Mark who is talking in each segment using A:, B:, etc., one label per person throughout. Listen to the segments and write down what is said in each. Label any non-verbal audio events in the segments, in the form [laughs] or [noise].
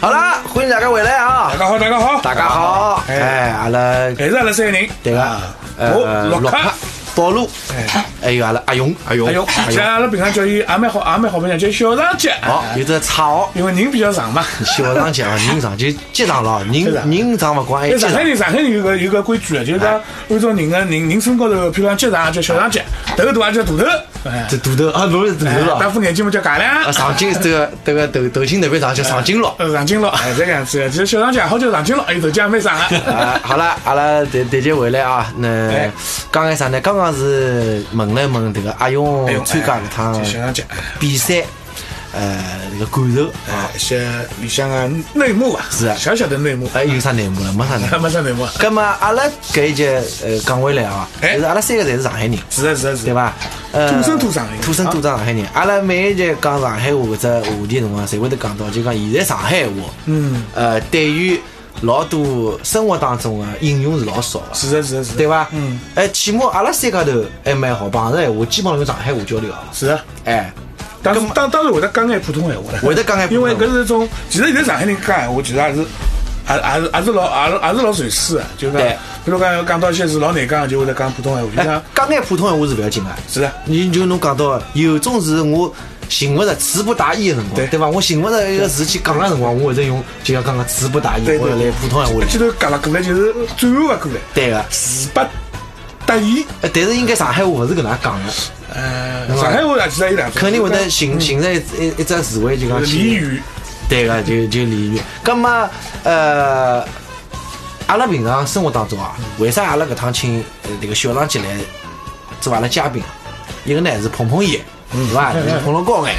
A: 好啦，欢迎大家回嚟啊！
B: 家好，大家好，
A: 大家好，
B: 哎啊
A: 哎，阿拉呃
B: 还是阿拉三个人。
A: 对啦，
B: 我洛克，
A: 宝路，
B: 哦哎
A: 还有阿拉阿勇，阿勇
B: 哎呦，
A: 阿
B: 像
A: 勇，
B: 阿拉平常叫伊，也蛮好，也蛮好白相，叫伊小长姐。
A: 好，有只草
B: 因为人比较
A: [laughs]
B: 长嘛。
A: 小长姐啊，人长就接长了，人
B: [laughs] 接长
A: 人长勿光还
B: 哎，
A: 接
B: 上
A: 长
B: 海，人，上海人有个有个规矩啊，就是讲
A: 哎
B: 按照人个人人身高头，譬如讲脚长也叫小长脚，头大也叫大头，哎，
A: 这肚头啊，不是肚头
B: 戴
A: 了，
B: 副眼镜嘛叫假
A: 啊，
B: 梁，
A: 上镜这个这个头头型特别长，叫上镜了。
B: 呃，长颈鹿，哎，这个样子 [laughs] 的。其实小长脚也好叫长颈鹿，哎，头颈也蛮长的。
A: [laughs] 啊，好了，阿拉谈谈节回来啊，那
B: 哎
A: 刚才啥呢？刚刚是问了问这个阿勇
B: 哎呦
A: 参加搿
B: 哎
A: 趟
B: 小长脚，
A: 比赛，呃，这个感受啊，
B: 哎，一些里向个内幕啊，
A: 是啊
B: 小小的内幕，
A: 哎，有啥内幕了？没啥内幕
B: 哎，。没啥内幕啊。
A: 咁么阿拉搿一集呃讲回来啊，
B: 哎
A: 就是阿拉三个侪是上海人，
B: 是啊，是啊，是
A: 对
B: 啊。
A: 伐？呃，
B: 土生土长的
A: 土生土长上海人。阿拉每一集讲上海话搿只话题的辰光，侪会得讲到，就讲现在上海话，
B: 嗯，
A: 呃，对于老多生活当中的应用是老少的，
B: 是啊，是啊，是啊。
A: 对伐？
B: 嗯，
A: 哎，起码阿拉三家头还蛮呃好，碰着闲话基本上用上海话交流啊。
B: 是啊。
A: 哎，
B: 当
A: 咁
B: 时当当时会得讲眼普通闲话了，
A: 会得讲眼普
B: 因
A: 通
B: 为
A: 闲话
B: 搿是一种，其实现在上海人讲闲话，其实也是，也也是也是老也是也是老随水的，就是讲
A: 对，
B: 比如讲讲到一些是老难讲的，就会得讲普
A: [laughs]
B: 通闲话，就
A: 哎
B: 像，
A: 讲眼普通闲话是勿要紧的。
B: 是啊，
A: 你就侬讲到，有种是我寻勿着词不达意的辰光，
B: 对
A: 对伐？我寻勿着一个词去讲个辰光，我会得用就要讲个词不达意，
B: 对
A: 我要来
B: 对
A: 普通闲话
B: 一
A: 里
B: [laughs] 记头夹了过来就是转换勿过来，
A: 对个。
B: 词不达意，
A: 呃但是应该上海话勿是搿能介讲的，
B: 呃，上海话其实有两种，
A: 肯定会得
B: 嗯
A: 寻寻着一一一只词汇就讲
B: 就是
A: 去
B: 俚，语，
A: 对个，就就俚语。葛么啊呃，阿拉平常生活当中啊，为啥阿拉搿趟请呃这个小浪姐来做阿拉嘉宾啊？一个呢是捧捧伊，
B: 嗯
A: 是伐？就是捧了高眼，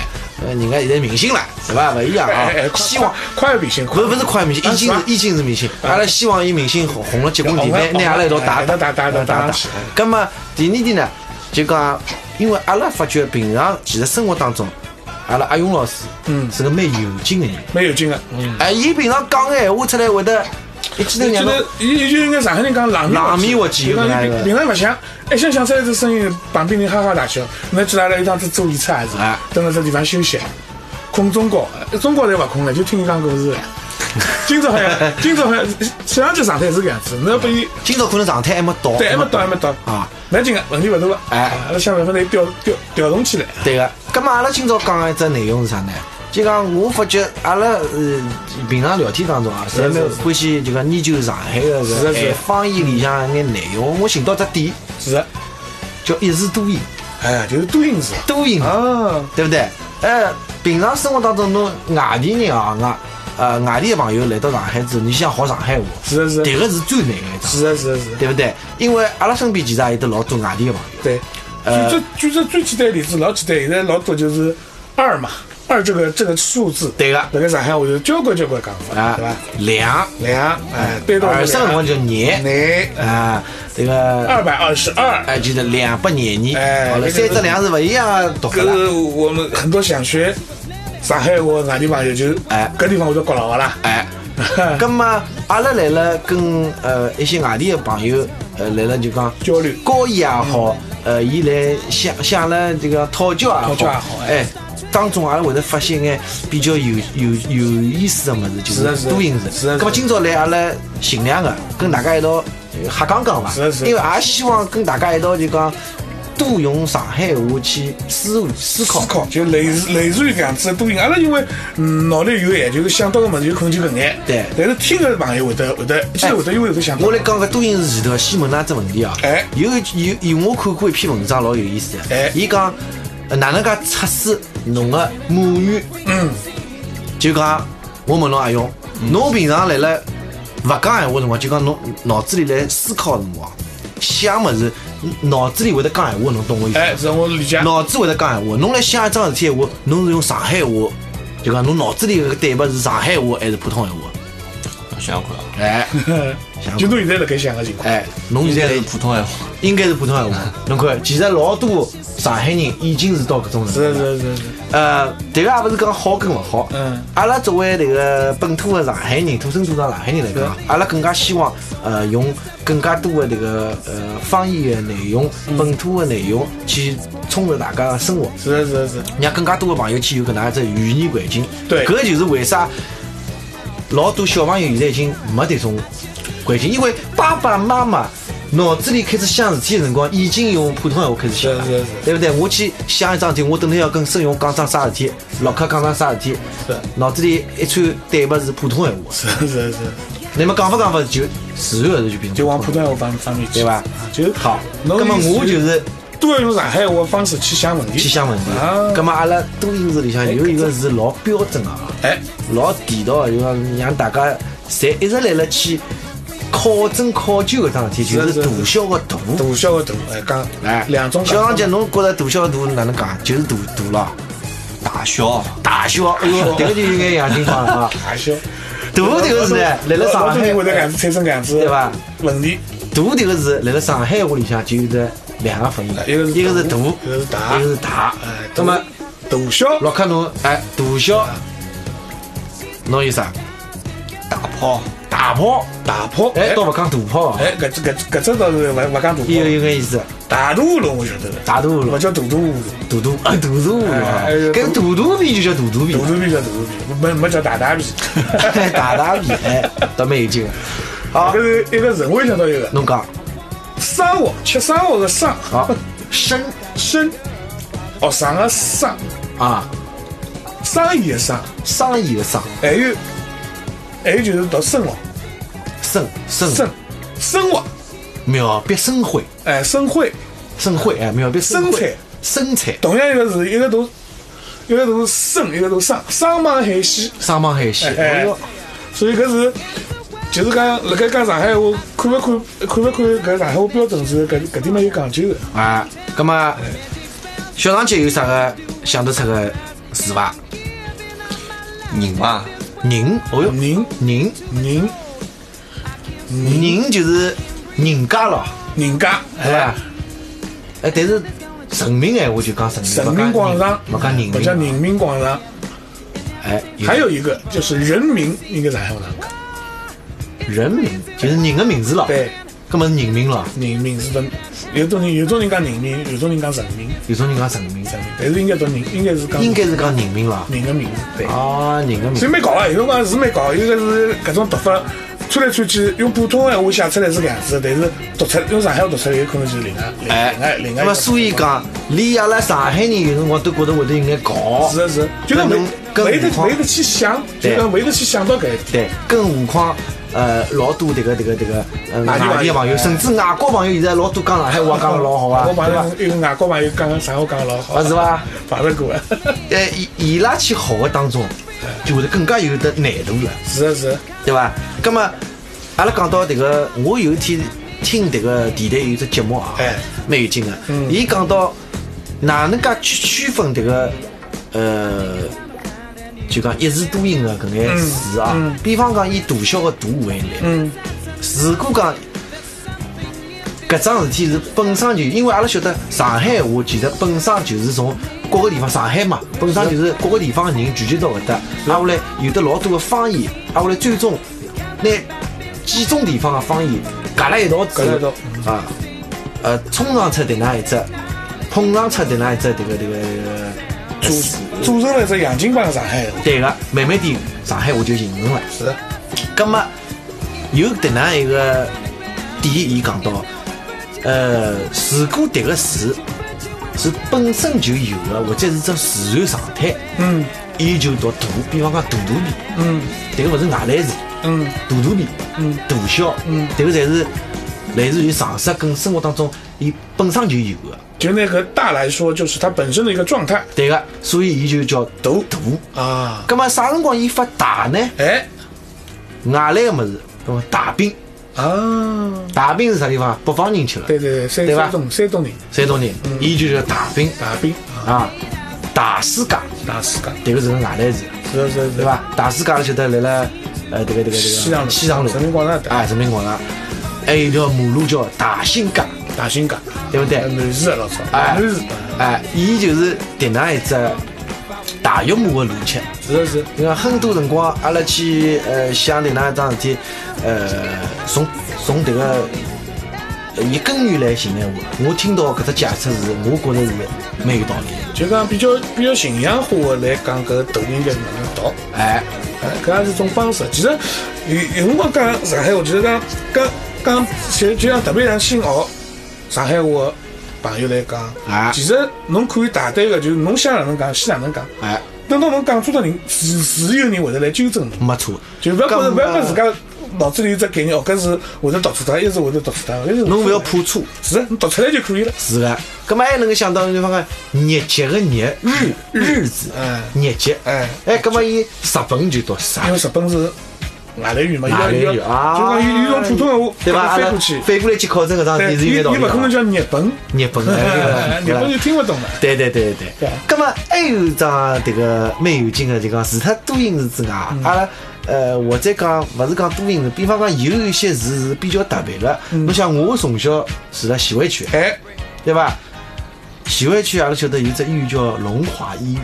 A: 呃人家现在明星了，是伐？勿一样啊
B: 哎哎，，
A: 希望。
B: 快要明星，
A: 不是不是快明星，
B: 啊
A: 已经
B: 是
A: 是
B: 吧啊
A: 已经是明星。阿拉希望伊明星红红了结棍点，
B: 红了
A: 拿拿阿拉一道
B: 红了
A: 打
B: 哎打打
A: 打
B: 打
A: 打
B: 打
A: 打
B: 起来。
A: 咁么第二点呢，就讲，因为阿拉发觉平常其实生活当中，阿拉阿勇老师，
B: 嗯
A: 是个蛮有劲的人。
B: 蛮有劲的，嗯，
A: 哎，伊平常讲个闲话出来会得一记头
B: 就
A: 让侬
B: 是，伊就应该上海人讲冷
A: 冷面活计
B: 就
A: 有
B: 讲
A: 哪一
B: 伊
A: 个
B: 平平常勿想，一想想出来这声音，旁边人哈哈大笑。侬记得阿拉有趟子做演出也是
A: 啊，
B: 蹲辣这地方休息，困中觉，呃中觉侪勿困了，就听伊讲故事了。今朝好像，今朝好像，前两天状态是搿样子，侬要拨伊
A: 今朝可能状态还没到，
B: 对还没到还没到
A: 啊。
B: 勿要紧个，问题勿大了。啊
A: 哎
B: 阿拉想办法拿伊调调调动起来。
A: 对个，咁么阿拉今朝讲个一只内容是啥呢？就讲我发觉阿拉呃平常聊天当中啊，侪蛮欢喜就讲研究上海个
B: 是
A: 搿
B: 的是的
A: 哎方言里向的眼内容。我寻到只点
B: 是的，
A: 叫一字多音，
B: 哎，就是多音字
A: 多音
B: 啊，
A: 对不对？哎，平常生活当中侬外地人啊，外呃外地的朋友来到上海之后，你想学上海话，
B: 是的，是的，
A: 迭个是最难个一桩，
B: 是的，是的，是的，
A: 对不对？因为阿拉身边其实也有得老多外地的朋友。
B: 对，
A: 呃
B: 举这举这最简单的例子，老简单，现在老多就是二嘛，二这个这个数字，
A: 对个
B: 那个上海话有交关交关讲法，
A: 啊
B: 对吧？，
A: 两
B: 两，哎，对到
A: 二
B: 是
A: 三辰光
B: 两，
A: 叫廿
B: 你
A: 啊，这个
B: 二百二十二，
A: 哎，就是两百廿
B: 哎
A: 二，好了，
B: 那个
A: 三只两是勿一样的读法
B: 这
A: 啦。
B: 个我们很多想学上海话外地朋友就，
A: 哎
B: 搿地方我就搞牢个啦，
A: 哎， [laughs] 咁么阿拉来了跟呃一些外地的朋友呃来了就讲
B: 交流嗯
A: 交易也好，呃，伊来向向阿拉这个讨教也好，
B: 讨教也好哎
A: 哎，当中阿拉会得发现眼比较有有有意思的么子，就是
B: 的是
A: 是
B: 的
A: 多音
B: 是
A: 字。
B: 的是的
A: 咁么今朝来阿拉尽量的跟大家一道呃瞎讲讲吧
B: 是的是，的
A: 因为也希望跟大家一道就讲多用上海话去思思考
B: 思。考就类似类似于搿样子的多音，阿拉因为嗯脑力有限，就是想到个物事就可能就搿眼，
A: 对哎
B: 但是听个朋友会得会得，一记头会得因为会得想到
A: 我来讲个多音字前头，先问㑚只问题啊。
B: 哎
A: 有有有，我看过一篇文章，老有意思的。
B: 哎
A: 伊讲呃哪能介测试侬个母语？
B: 嗯，
A: 就讲我问侬阿勇，侬平常来了勿讲闲话的辰光，就讲侬脑子里来思考的辰光，想物事，脑子里会得讲闲话，侬懂我意思吗？
B: 哎，是我理解。
A: 脑子会得讲闲话，侬来想一桩事体闲话，侬是用上海话，就讲侬脑子里个对白是上海话还是普通闲话？
C: 我想想看啊，
A: 哎想
B: 就侬现在辣盖想个情况，
A: 哎，侬
C: 应
A: 现
C: 该
A: 在
C: 是普通闲话。
A: 应该是普通
B: [laughs]
A: 闲话。侬看，其实老多上海人已经是到搿种程度
B: 是
A: 了。
B: 是是是，
A: 呃，迭个也勿是讲好跟勿好。
B: 嗯。
A: 阿拉作为迭个本土的上海人，土生土长上海人来讲，阿拉更加希望呃用更加多的迭个呃方言的内容、
B: 嗯
A: 本土的内容去充实大家的生活，
B: 是的是的是的，
A: 让更加多的朋友去有搿能样一只语言环境。
B: 对
A: 搿就是为啥老多小朋友现在已经没迭种环境，因为爸爸妈妈脑子里开始想事体的辰光，已经用普通闲话开始想了
B: 是是是，
A: 对不对？我去想一桩事体，我等下要跟沈勇讲桩啥事体，老客讲桩啥事体
B: 是，
A: 脑子里一串对么是普通闲话，
B: 是是是，
A: 那么讲法讲法就自然而然就变成
B: 就往普通话方方面去，
A: 对吧？
B: 就
A: 好，
B: 侬
A: 那么
B: 意思
A: 我就是
B: 都要用上海话方式去想问题，
A: 去想问题
B: 啊。
A: 那么阿拉多音字里向有一个是老标准啊，
B: 哎，
A: 老地道的，就讲让大家侪一直来了去考证考究搿桩事体，就是是
B: 是
A: 大
B: 是
A: 小个大。
B: 大小的大，哎，讲
A: 哎，
B: 两种
A: 小
B: 讲
A: 杨
B: 法
A: 姐，侬觉着大小大哪能讲？就是大大了，
C: 大小
A: 大小，哎
B: [laughs]
A: 呦，迭个就有眼洋泾浜了啊！
B: 大小，
A: 大迭个字呢，来了上
B: 老多
A: 海哎
B: 人，会得搿样子产生搿样子，
A: 对伐？
B: 问题，
A: 大迭个字来了上海话里向就有得两个翻译，
B: 哎一个是
A: 一个是大，
B: 一个是大
A: 一个是大
B: 哎。啊
A: 那么
B: 大小，
A: 老克侬哎，大小，侬有啥？
C: 大炮，
A: 啊大炮，
B: 大炮，
A: 哎，倒勿讲大炮啊，
B: 哎，搿只搿只搿只倒是勿勿讲大炮，
A: 有有眼意思，
B: 大肚龙我晓得的，
A: 大肚
B: 勿
A: 龙，
B: 叫大肚龙，
A: 大肚啊，大肚皮啊，
B: 哎哎
A: 搿大肚皮就叫大肚皮
B: 大，
A: [laughs]
B: 肚皮叫大肚皮，没没叫大大皮，
A: 大大皮，哎，倒蛮有劲个。好
B: 搿，是一个人会想到一个
A: 侬讲
B: 生活，吃生活的生，
A: 好，生
B: 生，哦学生的生，
A: 啊，
B: 生意的生，
A: 生意个生，
B: 还有还有就是读生活，
A: 生生
B: 生，生活，
A: 秒别生辉，
B: 哎，生辉，
A: 生辉哎，秒别生
B: 生菜
A: 辉，生菜，
B: 同样一个字，一个读一个读生，一个读生，生忙海鲜。
A: 上芒海鲜，
B: 哎
A: 哎呦，
B: 所以搿是，就是讲，辣盖讲上海话，看勿看，看勿看搿上海话标准是搿搿点蛮有讲究的。
A: 啊，葛么小长姐有啥个想得出个词伐？
C: 人嘛，
A: 人，哦哟，
B: 人
A: 人
B: 人
A: 人就是人家咯。
B: 人家，
A: 对伐？哎，但是人民闲话就讲人民，
B: 人民广场
A: 勿讲人民，
B: 不叫人民广场。
A: 哎，
B: 还有一个就是人民，应该上海话哪能讲？
A: 人民，就是人的名字了。
B: 对，
A: 搿么是人民了。
B: 人民是分，有种人有种人讲人民，有种人讲人民，
A: 有种人讲人民，
B: 人民，但是应该读人，应该是讲
A: 应该是讲人民了。
B: 人的名字。对，
A: 啊，人的名
B: 所
A: 字
B: 以蛮搞啊，有辰光是蛮搞，有个是搿种读法。穿来穿去，用普通闲话写出来是搿样子，但是读出来用上海话读出来，有可能就是另外另外
A: 哎，那
B: 另外一个
A: 么所以讲，连阿拉上海人有辰光都觉得会得有眼搞。
B: 是是，就是
A: 那
B: 没
A: 侬更
B: 没得
A: 何况
B: 没得去想，就
A: 对
B: 讲没得去想到搿一点。
A: 对，更何况呃，老多迭个迭个迭个呃
B: 外地
A: 外地的朋
B: 朋友
A: 友，甚至外国朋友现在老多讲上海话讲得老好啊，
B: 我朋
A: 对伐？
B: 友有外国朋友讲上海话讲得老好，
A: 啊是伐？
B: 碰着过啊，
A: 呃，伊伊拉去学的当中，就会得更加有得难度了。
B: 是啊是啊，
A: 对伐？咁么，阿拉讲到迭个，我有一天听迭个电台有只节目啊
B: 哎，
A: 蛮有劲个。伊讲到哪能介去区分迭个呃，就讲一字多音个搿眼字啊。比方讲，以大小个大为例，
B: 嗯，
A: 如果讲搿桩事体是本身就，因为阿拉晓得上海话其实本身就是从各个地方，上海嘛，本身就是各个地方的人聚集到搿搭，
B: 嗯
A: 挨下来有得老多个方言，挨下来最终拿几种地方的方言夹辣一道之
B: 夹辣一道
A: 后啊，呃，冲撞出迭能一只，碰撞出迭能一只迭个迭个
B: 组
A: 组词，
B: 组成了一只洋泾浜的上海话，
A: 对个，慢慢点上海话就形成了。
B: 是啊，
A: 咁么有迭能一个点，伊讲到，呃，如果迭个词是本身就有的，或者是只自然常态，
B: 嗯
A: 伊就读大，比方讲大肚皮，
B: 嗯
A: 迭个勿是外来词，
B: 嗯，
A: 大肚皮，
B: 嗯，
A: 大小，
B: 嗯
A: 迭个侪是来自于常识跟生活当中伊本身就有的，
B: 就那个大来说，就是它本身的一个状态
A: 对个，所以伊就叫大大。
B: 啊，
A: 咁么啥辰光伊发大呢？
B: 哎
A: 外来个物事，那么大兵，
B: 啊，
A: 大兵是啥地方？北方人去了。
B: 对对对，山
A: 对吧
B: 山东山东人，
A: 山东人，伊就叫大兵
B: 大兵啊，
A: 啊，大世界，
B: 大世界，
A: 迭个是个外来词，
B: 是啊是啊
A: 对？伐？大世界阿拉晓得辣辣呃迭个迭个迭个
B: 西藏路
A: 西藏路
B: 人民广场
A: 啊，人民广场，还有一条马路叫大兴街，
B: 大新港，
A: 对不对
B: 呃南市的老早，
A: 哎
B: 南市，
A: 哎，伊就是迭能一只大跃马个路线。
B: 是啊是啊，
A: 你看很多辰光阿拉去呃想迭能一桩事体，呃，从从迭个。呃以根源来寻闲话，我听到搿只解释是，我觉着是蛮有道理的。
B: 就讲比较比较形象化的来讲，搿个头应该是哪能读？潮。
A: 哎，
B: 哎，搿也是一种方式。其实有有辰光讲上海话，其实讲讲讲，其实就像特别像新学上海话的朋友来讲，
A: 啊
B: 其实侬可以大胆个，就是侬想哪能讲，先哪能讲。
A: 哎，
B: 等到侬讲错的人，自自有人会得来纠正侬，
A: 没错。
B: 就勿要觉
A: 搿
B: 着
A: 么
B: 勿要把自家脑子里有只概念，哦，搿是会得读错它，一是会得读错它，一是
A: 侬勿要怕错，
B: 是啊侬读出来就可以了。
A: 是的。葛么还能够想到，就方讲日节个日
B: 嗯
A: 日日字，
B: 哎
A: 日节，
B: 哎
A: 哎，葛么伊日本就读啥
B: 因？为日本是外来语嘛，伊
A: 外
B: 要
A: 来
B: 伊要，
A: 语
B: 哎就
A: 啊
B: 讲伊伊用普通话
A: 对吧？
B: 把它
A: 阿
B: 翻
A: 拉
B: 过去，
A: 反过来去考证搿桩
B: 对，
A: 事
B: 伊
A: 体
B: 伊
A: 是有
B: 勿可
A: 眼道
B: 能
A: 理
B: 叫日本，
A: 的。日
B: [laughs]
A: 本，哎
B: 哎日
A: 对吧
B: 本就听勿懂了。
A: 对对对对对
B: 对。
A: 咁么还有一张迭个蛮有劲个，就讲除脱多音字之外，
B: 嗯
A: 阿拉呃，或者讲勿是讲多音字，比方讲有一些字是比较特别个。
B: 嗯
A: 侬想，我从小住辣徐汇区，
B: 哎，
A: 对伐？徐汇区阿啊拉晓得有只医院叫龙华医院，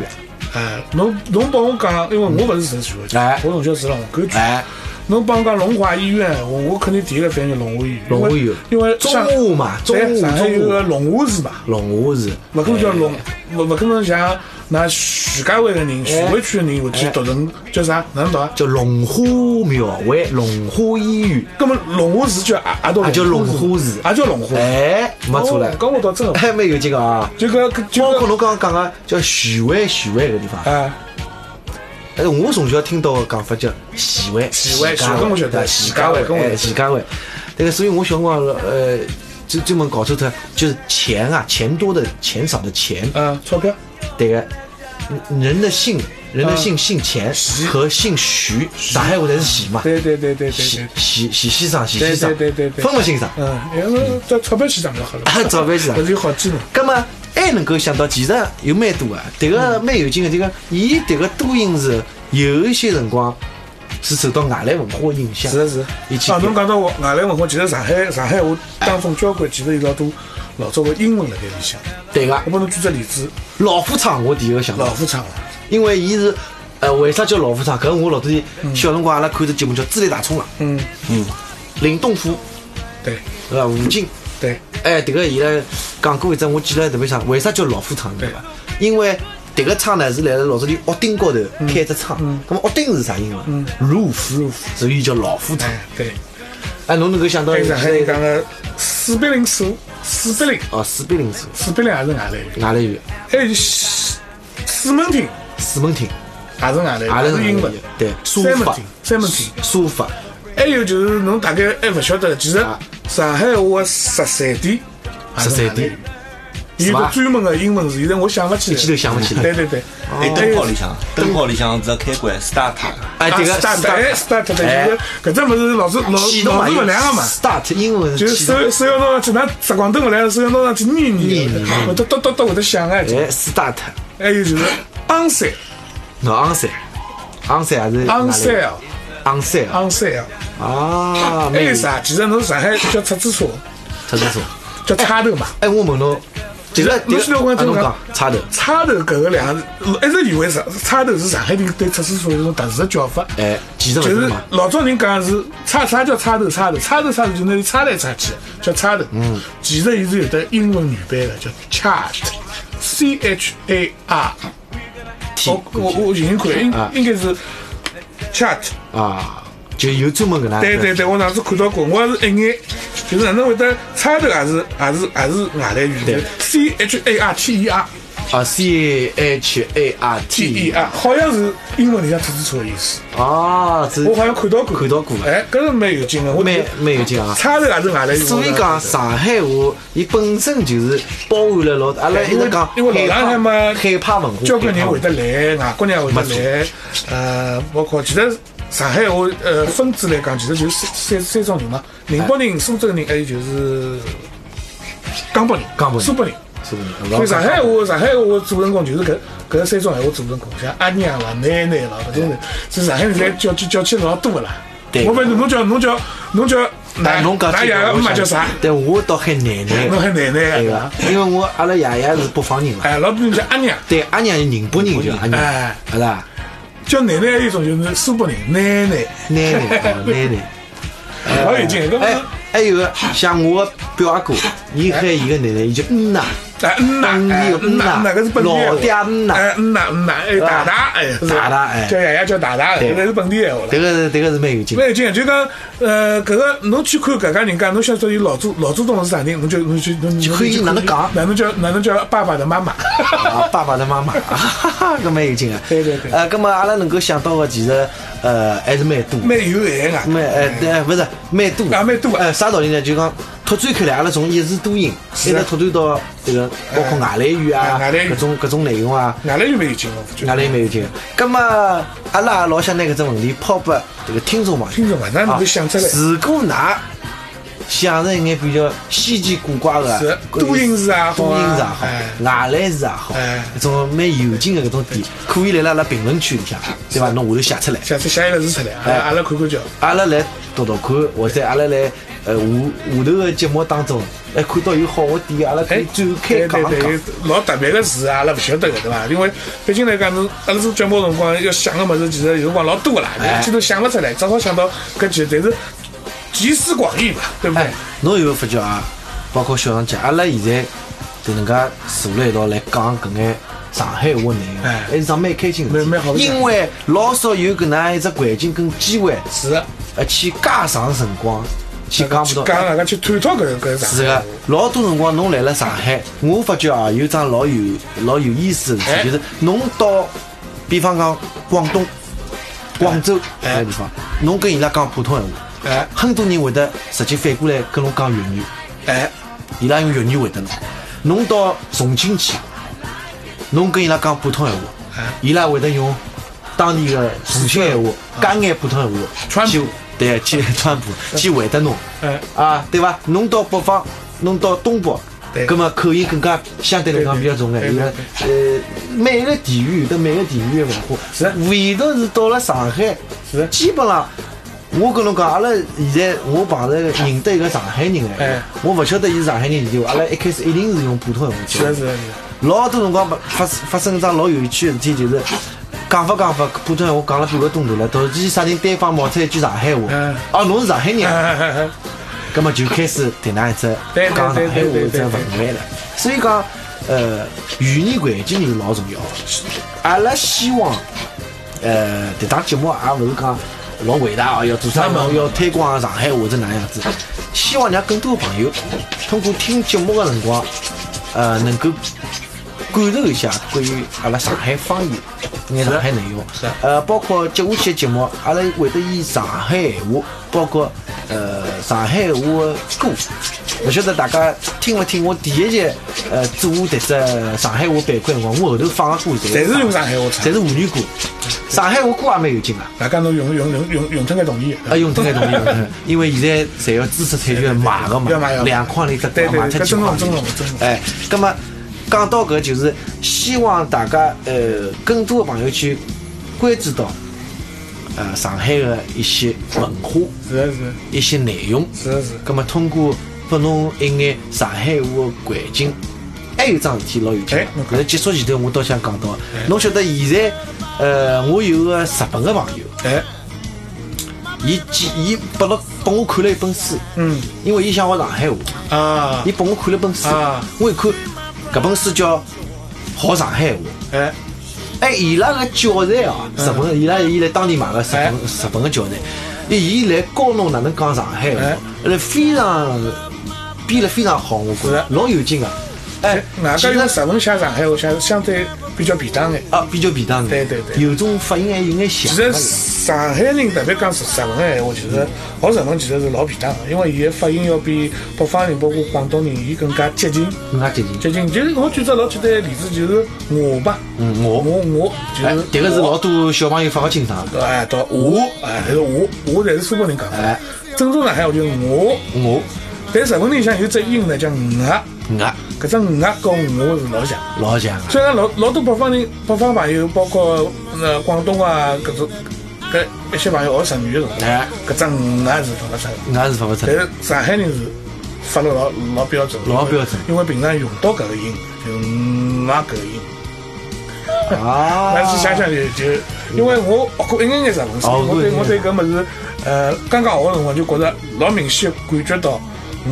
B: 哎，侬侬帮我讲，因为我勿是住徐汇区
A: 哎，
B: 我从小住辣虹口区。
A: 哎，
B: 侬帮我讲龙华医院，我我肯定第一个反应龙华医院，
A: 龙华医院
B: 因为
A: 中
B: 上
A: 华嘛，中
B: 对上
A: 华
B: 海有
A: 中哎
B: 个
A: 华，
B: 龙华市嘛，
A: 龙华是，
B: 勿可能叫龙，勿勿可能像那徐家汇个
A: 哎
B: 人、徐汇区个人会去读成叫啥？哪能读啊？
A: 叫龙华庙会龙华医院，
B: 根本龙华市叫也
A: 也
B: 也
A: 啊叫
B: 叫
A: 龙
B: 华
A: 华
B: 市
A: 市
B: 嘛，也叫龙华。
A: 哎，没错了
B: 哦，
A: [laughs]
B: 搿我倒真的，
A: 还蛮有劲个啊。
B: 就搿搿就
A: 包括
B: 搿
A: 侬刚刚讲个叫徐汇，徐汇个地方，
B: 啊，
A: 哎，我从小听到个讲法叫徐汇，
B: 徐汇
A: 家
B: 徐汇我晓得
A: 对徐家汇，
B: 徐家汇跟我
A: 哎徐家汇。这个，所以我小辰光呃，就专门搞错脱，就是钱啊，钱多的钱少的钱，
B: 嗯，钞票，
A: 对个，嗯人的姓，人的
B: 啊
A: 姓姓钱
B: 徐
A: 和姓徐，上海话侪是徐嘛，
B: 对对对对对
A: 徐
B: 对，
A: 徐徐先生，徐先生，
B: 对对对对对
A: 分不清
B: [laughs]
A: 爽。，
B: 嗯，要是在钞票去涨就好了
A: 钞票去涨
B: 勿啊是有好记嘛？
A: 咁么还能够想到，其实有蛮多啊。迭个蛮有劲的，迭个伊迭个多音字，有一些辰光是受到外来文化的影响。
B: 是是
A: 伊去
B: 啊，侬讲到外外来文化，其实上海上海话当中交关，其实有老多老早个英文辣盖里向。
A: 对个
B: 我，帮侬举只例子，
A: 老虎仓我第一个想
B: 老
A: 到，
B: 虎啊仓，
A: 因为伊是呃，为啥叫老虎仓？搿我老早小辰光阿拉看只节目叫《智力大冲浪
B: 嗯，》，
A: 林东虎
B: 对
A: 呃吴京，
B: 对，
A: 哎，迭个伊拉讲过一只，我记得特别响。为啥叫老虎仓对伐？因为迭个仓呢是辣辣老早里屋顶高头
B: 嗯
A: 开只仓，咁么屋顶是啥英文？roof，所以叫老虎仓。
B: 哎对，
A: 哎，侬能够想到
B: 还有上海人
A: 现在
B: 讲个四比零数，四比零，
A: 哦，四比零是
B: 四比零也是外来语，
A: 外来语，
B: 还有四四门町
A: 四门町，
B: 也是外
A: 外
B: 来
A: 来
B: 语，
A: 是
B: 也是英文，
A: 对，书
B: 三门
A: 法
B: 町，，三门町。
A: 书法，
B: 还有就是侬大概还勿晓得，其实
A: 啊
B: 上海话的十三点，
A: 十三点，
B: 有个专门的英文字，现在我想勿起来，
A: 一记头想不起来
B: 对对对，
A: 哎灯
B: 还有
C: 灯泡里向，灯泡里向只要开关，start。
A: 哎，这个
B: start，哎 start，就是搿只物事老是老
A: 启动
B: 老是勿亮个嘛。
A: ，start 英文
B: 就是
A: 启动，
B: 手手要拿上去，拿闪光灯勿来，手要拿上去捏捏
A: 捏，
B: 会得哒哒哒会得响哎。
A: 哎，start，
B: 还有就是 onside
A: 喏，onset。昂山还是
B: onside 啊
A: 昂山
B: onside 啊，
A: 啊，
B: 还
A: 没
B: 有哎啥？其实侬上海叫出租车，
A: 出租车。
B: 叫差头嘛。
A: 哎，我问侬，这个
B: 侬
A: 这
B: 现
A: 个，
B: 在我跟
A: 啊
B: 侬
A: 侬
B: 讲
A: 讲插头，
B: 差头搿个两个字，一直以为上差头是上海人对出租车有一种特殊的叫法，
A: 哎，其实勿
B: 就是是
A: 嘛，
B: 老早人讲是差啥叫差头差头，差头差头就那里差来差去叫差头。嗯，其实伊是有得英文语版的，叫 chart，c h a r。
A: 天
B: 我我我寻寻看，
A: 啊
B: 应应该是 chart。
A: 啊，就有专门搿能。
B: 对对对，我上次看到过，我也是一眼，就是哪能会得差头也是也是也是外来语
A: 对
B: ，c h a r t e r
A: 啊，C H A R
B: t e
A: T
B: r，好像是英文里向出租车的意思。
A: 啊，这
B: 我好像看到过，
A: 看到过
B: 哎，搿是蛮有劲的，我
A: 蛮蛮有劲啊。
B: 差头也是外来语。
A: 所以讲上海话，伊本身就是包含了老，阿拉一直讲
B: 因为因为老上海嘛
A: 害怕文化，
B: 交关人
A: 害怕
B: 会得来，外国人也会得来，呃，包括其实上海话呃分支来讲，其实就是三三三种人嘛，宁波人、苏州人，还有就是江北人、
A: 江北人
B: 苏北人。
A: 是不是
B: 所以上海
A: 老
B: 话，上海话组成功就是搿搿三种闲话组成功，像阿娘啦、奶奶啦，搿种人，所以上海人侪叫叫叫起来老多个啦。
A: 对
B: 我反正侬叫侬叫侬叫
A: 但
B: 哪
A: 侬讲
B: 哪
A: 这
B: 爷
A: 个，
B: 个
A: 我
B: 姆妈
A: 想
B: 叫啥？
A: 但我倒喊奶奶
B: 侬，喊奶奶
A: 对
B: 个
A: 个
B: 啦。，
A: 因为我阿拉爷爷是北方人嘛，
B: 哎，老多人叫阿娘，
A: 对，阿娘是宁波人就阿娘，
B: 哎
A: 是吧？
B: 叫奶奶还有一种就是苏北人奶奶，
A: 奶
B: [laughs]
A: 奶啊，奶奶。
B: 老有劲。搿
A: 哎
B: 么，
A: 还有个像我表阿哥，伊喊伊个奶奶，伊就嗯呐，
B: 哎，嗯呐，
A: 本
B: 哎
A: 地
B: 嗯呐，
A: 嗯呐
B: 那个是本地
A: 老爹
B: 闲话
A: 嗯呐
B: 哎，嗯呐，嗯呐，哎，大大，哎，是吧
A: 大大哎
B: 叫爷爷叫大大，
A: 对
B: 搿个是本地闲话了。
A: 迭个是迭个是蛮有劲的。
B: 蛮有劲，就讲，呃，搿个侬去看搿家人家，侬晓得伊老祖老祖宗是啥人，侬就侬就侬
A: 就
B: 侬
A: 可以哪能讲
B: 哪能叫哪能叫爸爸的妈妈？ [laughs]
A: 啊，爸爸的妈 [laughs] 妈，哈哈，搿蛮有劲啊。
B: 对对对
A: 呃，搿么阿拉能够想到的，其实呃还是蛮多的。
B: 蛮有闲啊！
A: 蛮呃，对，勿是蛮多，
B: 啊蛮多
A: 呃，啥道理呢？就讲拓展开来，阿拉从一视多音，一
B: 是
A: 直拓展到这个包括外来语啊，
B: 哎外来语
A: 各种各种内容啊，
B: 外来就蛮有劲了，我觉
A: 外
B: 得。
A: 来语蛮有劲。葛么，阿拉也老想拿搿只问题抛拨这个听众朋友。
B: 听众嘛，哪能
A: 啊
B: 够想出来？
A: 如果㑚想着一眼比较稀奇古怪的，啊
B: 是
A: 关于
B: 多音字也好啊
A: 多音字也好
B: 哎，
A: 外来字也好，
B: 哎
A: 搿种蛮有劲的搿种点，可以来辣阿拉评论区里向，对伐？侬下头写出来。
B: 下次写一个字出来，
A: 哎
B: 阿拉阿拉看看叫。
A: 阿拉来读读看，或者阿拉来呃下下头个节目当中，哎看到有好个点，阿拉可
B: 哎
A: 以，展开讲
B: 对
A: 一讲。
B: 对对，老特别个字阿拉勿晓得个对伐？因为毕竟来讲，侬阿拉做节目辰光要想个物事，其实有辰光老多个啦，
A: 哎
B: 一记头想勿出来，只好想到搿几，但是集思广益嘛，对不对
A: 哎？，侬有没有发觉啊？包括小杨姐，阿拉现在就能介坐辣一道来讲搿眼上海话内容，
B: 哎
A: 还是桩蛮开心个事体
B: 蛮蛮好白相
A: 因为老少有搿能样一只环境跟机会，
B: 是的。
A: 呃，去介长辰光去讲
B: 去
A: 勿到
B: 讲。啊，去探讨搿个搿个
A: 是
B: 上
A: 个
B: 海，
A: 老多辰光侬来了上海，我发觉啊，有桩老有老有意思的事
B: 哎
A: 体，就是侬到，比方讲广东、广州
B: 哎
A: 搿个地方，侬跟伊拉讲普通闲话，
B: 哎
A: 很多人会得直接反过来跟侬讲粤语，
B: 哎，
A: 伊拉用粤语回答侬。侬到重庆去，侬跟伊拉讲普通闲话
B: 哎，
A: 伊拉会得用当地个重庆闲话、加眼普通闲话，
B: 川普嗯
A: 去对去 [laughs] 川普去回答侬。
B: 哎，
A: 啊，对伐？侬到北方，侬到东北，
B: 对
A: 葛末口音更加相对来讲比较重
B: 对
A: 眼。
B: 对
A: 伊拉呃，每个地域有的每个地域的文化，
B: 是
A: 唯独是到了上海，
B: 是
A: 基本上。我跟侬讲，阿拉现在我碰着认得一个上海人哎
B: 哎，
A: 我勿晓得伊是上海人以前，阿拉一开始一定是用普通话
B: 是的
A: 讲
B: 是。的是
A: 老多辰光发发发生一桩老有趣的事体，就是讲法讲法，普通话讲了半个钟头了，突然间啥人对方冒出一句上海话
B: 嗯，
A: 哦，侬是上海人啊。
B: 的，
A: 葛么就开始谈那一只
B: 对对
A: 讲上海话
B: 对对
A: 一只
B: 对
A: 文
B: 对
A: 化了。所以讲，呃，语言环境是老重要的。阿拉希望，呃，迭档节目也勿是讲老伟大哦，要做啥
B: 没
A: 么
B: 没
A: 要推广上海或者哪样子。希望让更多的朋友通过听节目的辰光，呃，能够感受一下关于阿拉上海方言、眼上海内容
B: 是的，
A: 呃，包括接下去的节目，阿拉会得以上海闲话，包括呃上海闲话的歌，勿晓得大家听勿听？我第一集呃做我迭只上海话版块辰光，我后头放个歌，
B: 侪是用上海话唱
A: 侪是沪语歌，上海话歌也蛮有劲啊。
B: 大家侬用用用用用脱眼同意，
A: 啊，用这个东西，用 [laughs] 这个因为现在侪要知识产权买个嘛
B: 要买要，买
A: 两块钿一只
B: 对
A: 光
B: 对
A: 买出
B: 搿
A: 几
B: 真
A: 块
B: 的真的真
A: 钿。
B: 的
A: 哎，那么讲到搿，就是希望大家呃更多的朋友去关注到呃上海的一些文化、
B: 是的是的
A: 一些内容。
B: 是的是的，
A: 那么通过拨侬一眼上海话的环境，还有一桩事体老有劲
B: 哎
A: 的
B: 侬。
A: 搿
B: 讲哎
A: 是结束前头我倒想讲到，侬晓得现在呃我有个日本个朋友。
B: 哎，
A: 伊寄伊拨了拨我看了一本书，
B: 嗯
A: 因为伊想学上海话，
B: 啊
A: 伊，拨我看了本书
B: 啊，
A: 我一看搿本书叫《学上海话》。
B: 哎
A: 哎，伊拉个教材啊，日本的伊拉伊来当地买个日本
B: 嗯哎
A: 日本个教材，伊伊来教侬哪能讲上海话
B: 哎，
A: 呃，非常编了非常好，我觉
B: 是
A: 着
B: 的
A: 老有劲啊。哎，
B: 外
A: 其
B: 加用
A: 实
B: 日文写上海话，相相对比较便当眼。
A: 啊比较便当的，
B: 对对对
A: 有种发音还有眼
B: 其
A: 像哎
B: 实
A: 的。
B: 上海人特别讲日文个闲话，其实学日文其实是老便当个，因为伊个发音要比北方人，包括广东人，伊更加接近。
A: 更加接近。
B: 接近就是我举只老简单个例子，就是我吧，
A: 嗯我
B: 我我就
A: 哎
B: 是，
A: 迭个是
B: 我
A: 老多小朋友分勿清爽的。
B: 哎，到我，哎，还是我，我才是苏北人讲
A: 哎
B: 的。正宗上海话就是我，
A: 我
B: 但日本人像有只音呢叫我，
A: 我
B: 搿只我跟我是老像。
A: 老像啊。
B: 虽然老老多北方人、北方朋友，包括呃广东啊搿种搿一些朋友学日语的辰光，
A: 哎
B: 搿只我是分勿出来的。
A: 我也是分勿出
B: 但
A: 来。
B: 是上海人是发了老老标准，
A: 老标准
B: 因为平常用到搿个音，就我搿个音。
A: 啊，
B: 但是想想就就，因为我学过一眼眼日文，
A: 哦
B: 所以我对我对搿物事，呃，刚刚学个辰光就觉着老明显地感觉到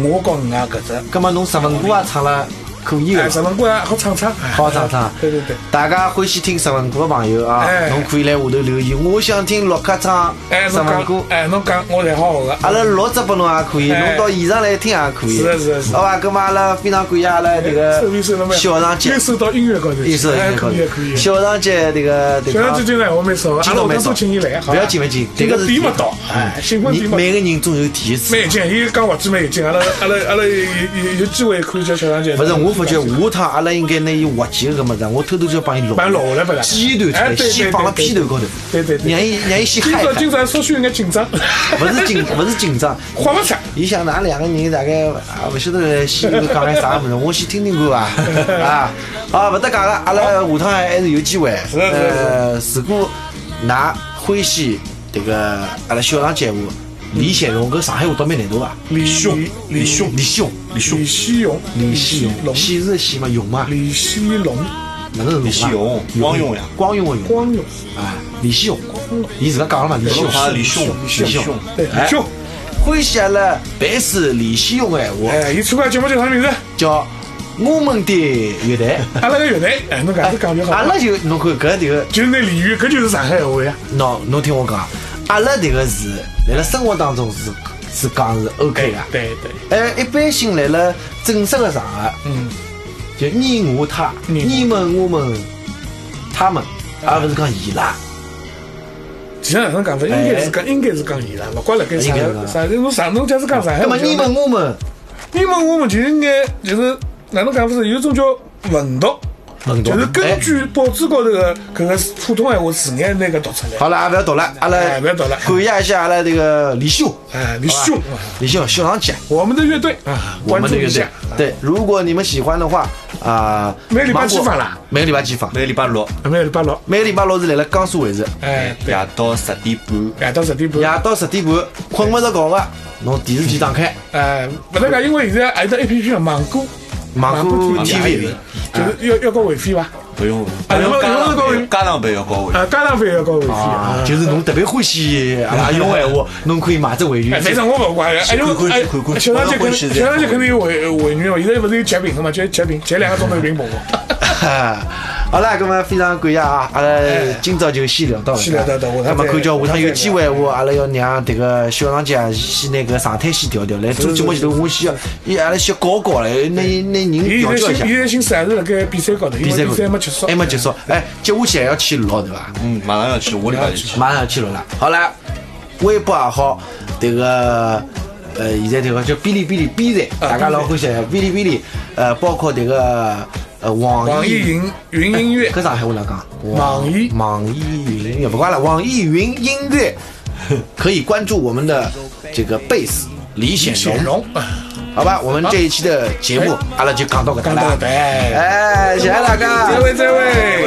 B: 我跟我搿只
A: 葛末侬日文歌也唱了可以
B: 哎，
A: 的
B: 日。文歌啊好唱唱，哎
A: 好唱唱
B: [laughs] 对对对，
A: 大家欢喜听日文歌的朋友啊
B: 哎，
A: 侬可以来下头留言。我想听六卡唱
B: 哎，
A: 日
B: 侬
A: 文歌
B: 讲，，哎，侬讲我才好学个，
A: 阿拉录制拨侬也可以，
B: 哎
A: 侬到现场来听也可以。
B: 是的是的是的
A: 好吧，葛末阿拉非常感谢阿拉这个
B: 收音收了没？
A: 小长姐
B: 又，收到音乐高头去，
A: 意思
B: 哎，可以可以。
A: 小长姐这个这
B: 小杨最
A: 个。
B: 近来我没少，阿
A: 今
B: 拉
A: 朝
B: 下
A: 没
B: 趟多
A: 少，
B: 请伊来，好
A: 不
B: 吧
A: 要紧不要紧，
B: 今
A: 这
B: 朝
A: 个是
B: 点不到，哎，兴奋
A: 你
B: 点不到。
A: 每个人总有第一次
B: 蛮。有劲，伊讲话子蛮有劲，阿
A: [laughs]
B: 拉阿拉阿拉有有有机会可以叫小杨姐。
A: 不是，我发觉下趟阿拉应该拿伊滑稽个搿物事，我偷偷就帮伊录
B: 蛮老下来不啦？
A: 剪一段
B: 哎
A: 出来，
B: 对
A: 先
B: 对
A: 放到
B: 对
A: 片头高头，
B: 对对
A: 让
B: 对。
A: 伊让伊先
B: 今
A: 嗨
B: 朝
A: 一
B: 今
A: 下。
B: 朝稍许有眼紧张，
A: 不
B: [laughs]
A: 是紧，不是紧张，
B: 慌不出。
A: 伊想㑚两个人大概啊，勿晓得心里头讲眼啥物事，我先听听看伐？啊，啊，勿搭界个，阿拉下趟还是有机会。
B: 是的是的
A: 呃，如果㑚欢喜迭个阿拉小长节目，李显荣跟上海话倒蛮难读伐？
B: 李
C: 兄
B: 李
C: 李兄
A: 李显荣，
C: 李
B: 李
C: 兄，
B: 希勇，
A: 李显
B: 龙
A: 荣，，显是显嘛，荣嘛，
B: 李希龙，
A: 哪能是荣啊？
C: 李显荣光荣呀
A: 光荣个荣
B: 光荣，
A: 啊，李显荣，伊自家讲了嘛，李显
C: 我
A: 荣。
C: 怕李兄，
B: 李
C: 李兄
A: 兄，
B: 对，
A: 哎
B: 李兄，
A: 欢喜阿拉办事李显荣个闲话，
B: 哎，伊参加节目叫啥名字？
A: 叫我们的乐队。
B: 阿拉个越南，哎，侬 [laughs] 搿
A: 哎
B: 是讲就好
A: 阿
B: 了，
A: 拉就侬看搿迭个，
B: 就是那俚语，搿就是上海话呀。
A: 喏，侬听我讲，阿拉迭个是辣辣生活当中是是讲是 OK 的。
B: 对对，
A: 哎，一般性辣辣正式个场合，
B: 嗯，
A: 就你我他，
B: 你哎
A: 你们我们他们，而勿是讲伊拉。
B: 其实哪能讲法？应该是讲，应该是讲伊拉，勿管辣盖啥
A: 哎应该是讲
B: 啥，侬啥侬假使讲上海
A: 那
B: 话
A: 么
B: 就好了，
A: 你们我们，
B: 你们我们就应该就是哪能讲法是有一种叫文读，
A: 文读
B: 就是根
A: 哎
B: 据报纸高头的搿个普通闲话字眼那个读出来。
A: 好了，也勿要读了，阿拉
B: 哎不要读了
A: 感谢一下阿拉这个李秀，
B: 哎，你
A: 好吧
B: 凶，
A: 李秀小长姐。
B: 我们的乐队啊，
A: 我
B: 关
A: 们
B: 注
A: 的乐
B: 一
A: 队
B: 下。。
A: 对，如果你们喜欢的话，啊，
B: 每礼拜
A: 芒果
B: 几放啦？
A: 每个礼拜几放？
C: 每礼拜六
B: 啊，没有八六，
A: 每个礼拜六是来了江苏卫视，
B: 哎，对，
C: 夜到十点半。
B: 夜到十点
A: 夜
B: 半。
A: 到十点半，困勿着觉个，侬电视机打开，
B: 哎，勿能讲，因为现在还有得 A P P 啊，芒果，
A: 芒果
B: 芒果
A: TV
C: TV
B: 就是要要交会费伐？
C: 不用，
B: 啊
C: 不用
B: 侬
C: 加
B: 侬
C: 上
B: 侬
C: 班，加上班要交费。
B: 啊，加上费要交会费
A: 啊
B: 啊，。
A: 就是侬特别欢喜阿拉用闲话，侬可以买只会
B: 哎，
A: 员。
B: 反正我勿管，哎
C: 看
B: 呦，
C: 看
B: 哎
C: 看看，
B: 小张姐肯
C: 我要回去
B: 定，
C: 再
B: 小张姐
C: 看
B: 肯定有会会员哦，现在勿是有截屏的嘛，截截屏，截两个钟头的屏幕哦。
A: [laughs] 好啦，咁么非常感谢啊！阿拉今朝就先聊到搿搭。
B: 哎先聊到搿下
A: 咁
B: 趟
A: 么
B: 再
A: 看叫下趟有
B: 再
A: 机会话，阿拉要让迭个小长姐啊先拿搿常态先调调来做节目前头，我先要，伊阿拉先搞搞嘞，拿拿人
B: 伊
A: 调
B: 现在
A: 教一下。
B: 心，伊现在心思还是辣盖比赛高头，因
A: 比
B: 为
A: 赛
B: 比赛还没结束，
A: 还没结束。哎，接下去还要去录对伐？
C: 嗯，马上要去，下礼拜就去。
A: 马上要去录了。好了，微博也好，这个呃，现在这个叫哔哩哔哩 B 站，
B: 啊
A: 大家老欢喜啊哔哩哔哩，呃，包括这个呃网
B: 网易
A: 易，
B: 云云
A: [laughs]
B: 音乐
A: 搿上海话哪讲？
B: 网易
A: 网易云音乐不管了，网易云音乐可以关注我们的这个贝斯李显
B: 显
A: 荣，
B: 荣，
A: 好吧？我们这一期的节目，阿拉就讲到搿搭 [laughs]
B: 刚到
A: 了。
B: 的，
A: 哎，谢谢大家
B: 这。位这位。
A: 哎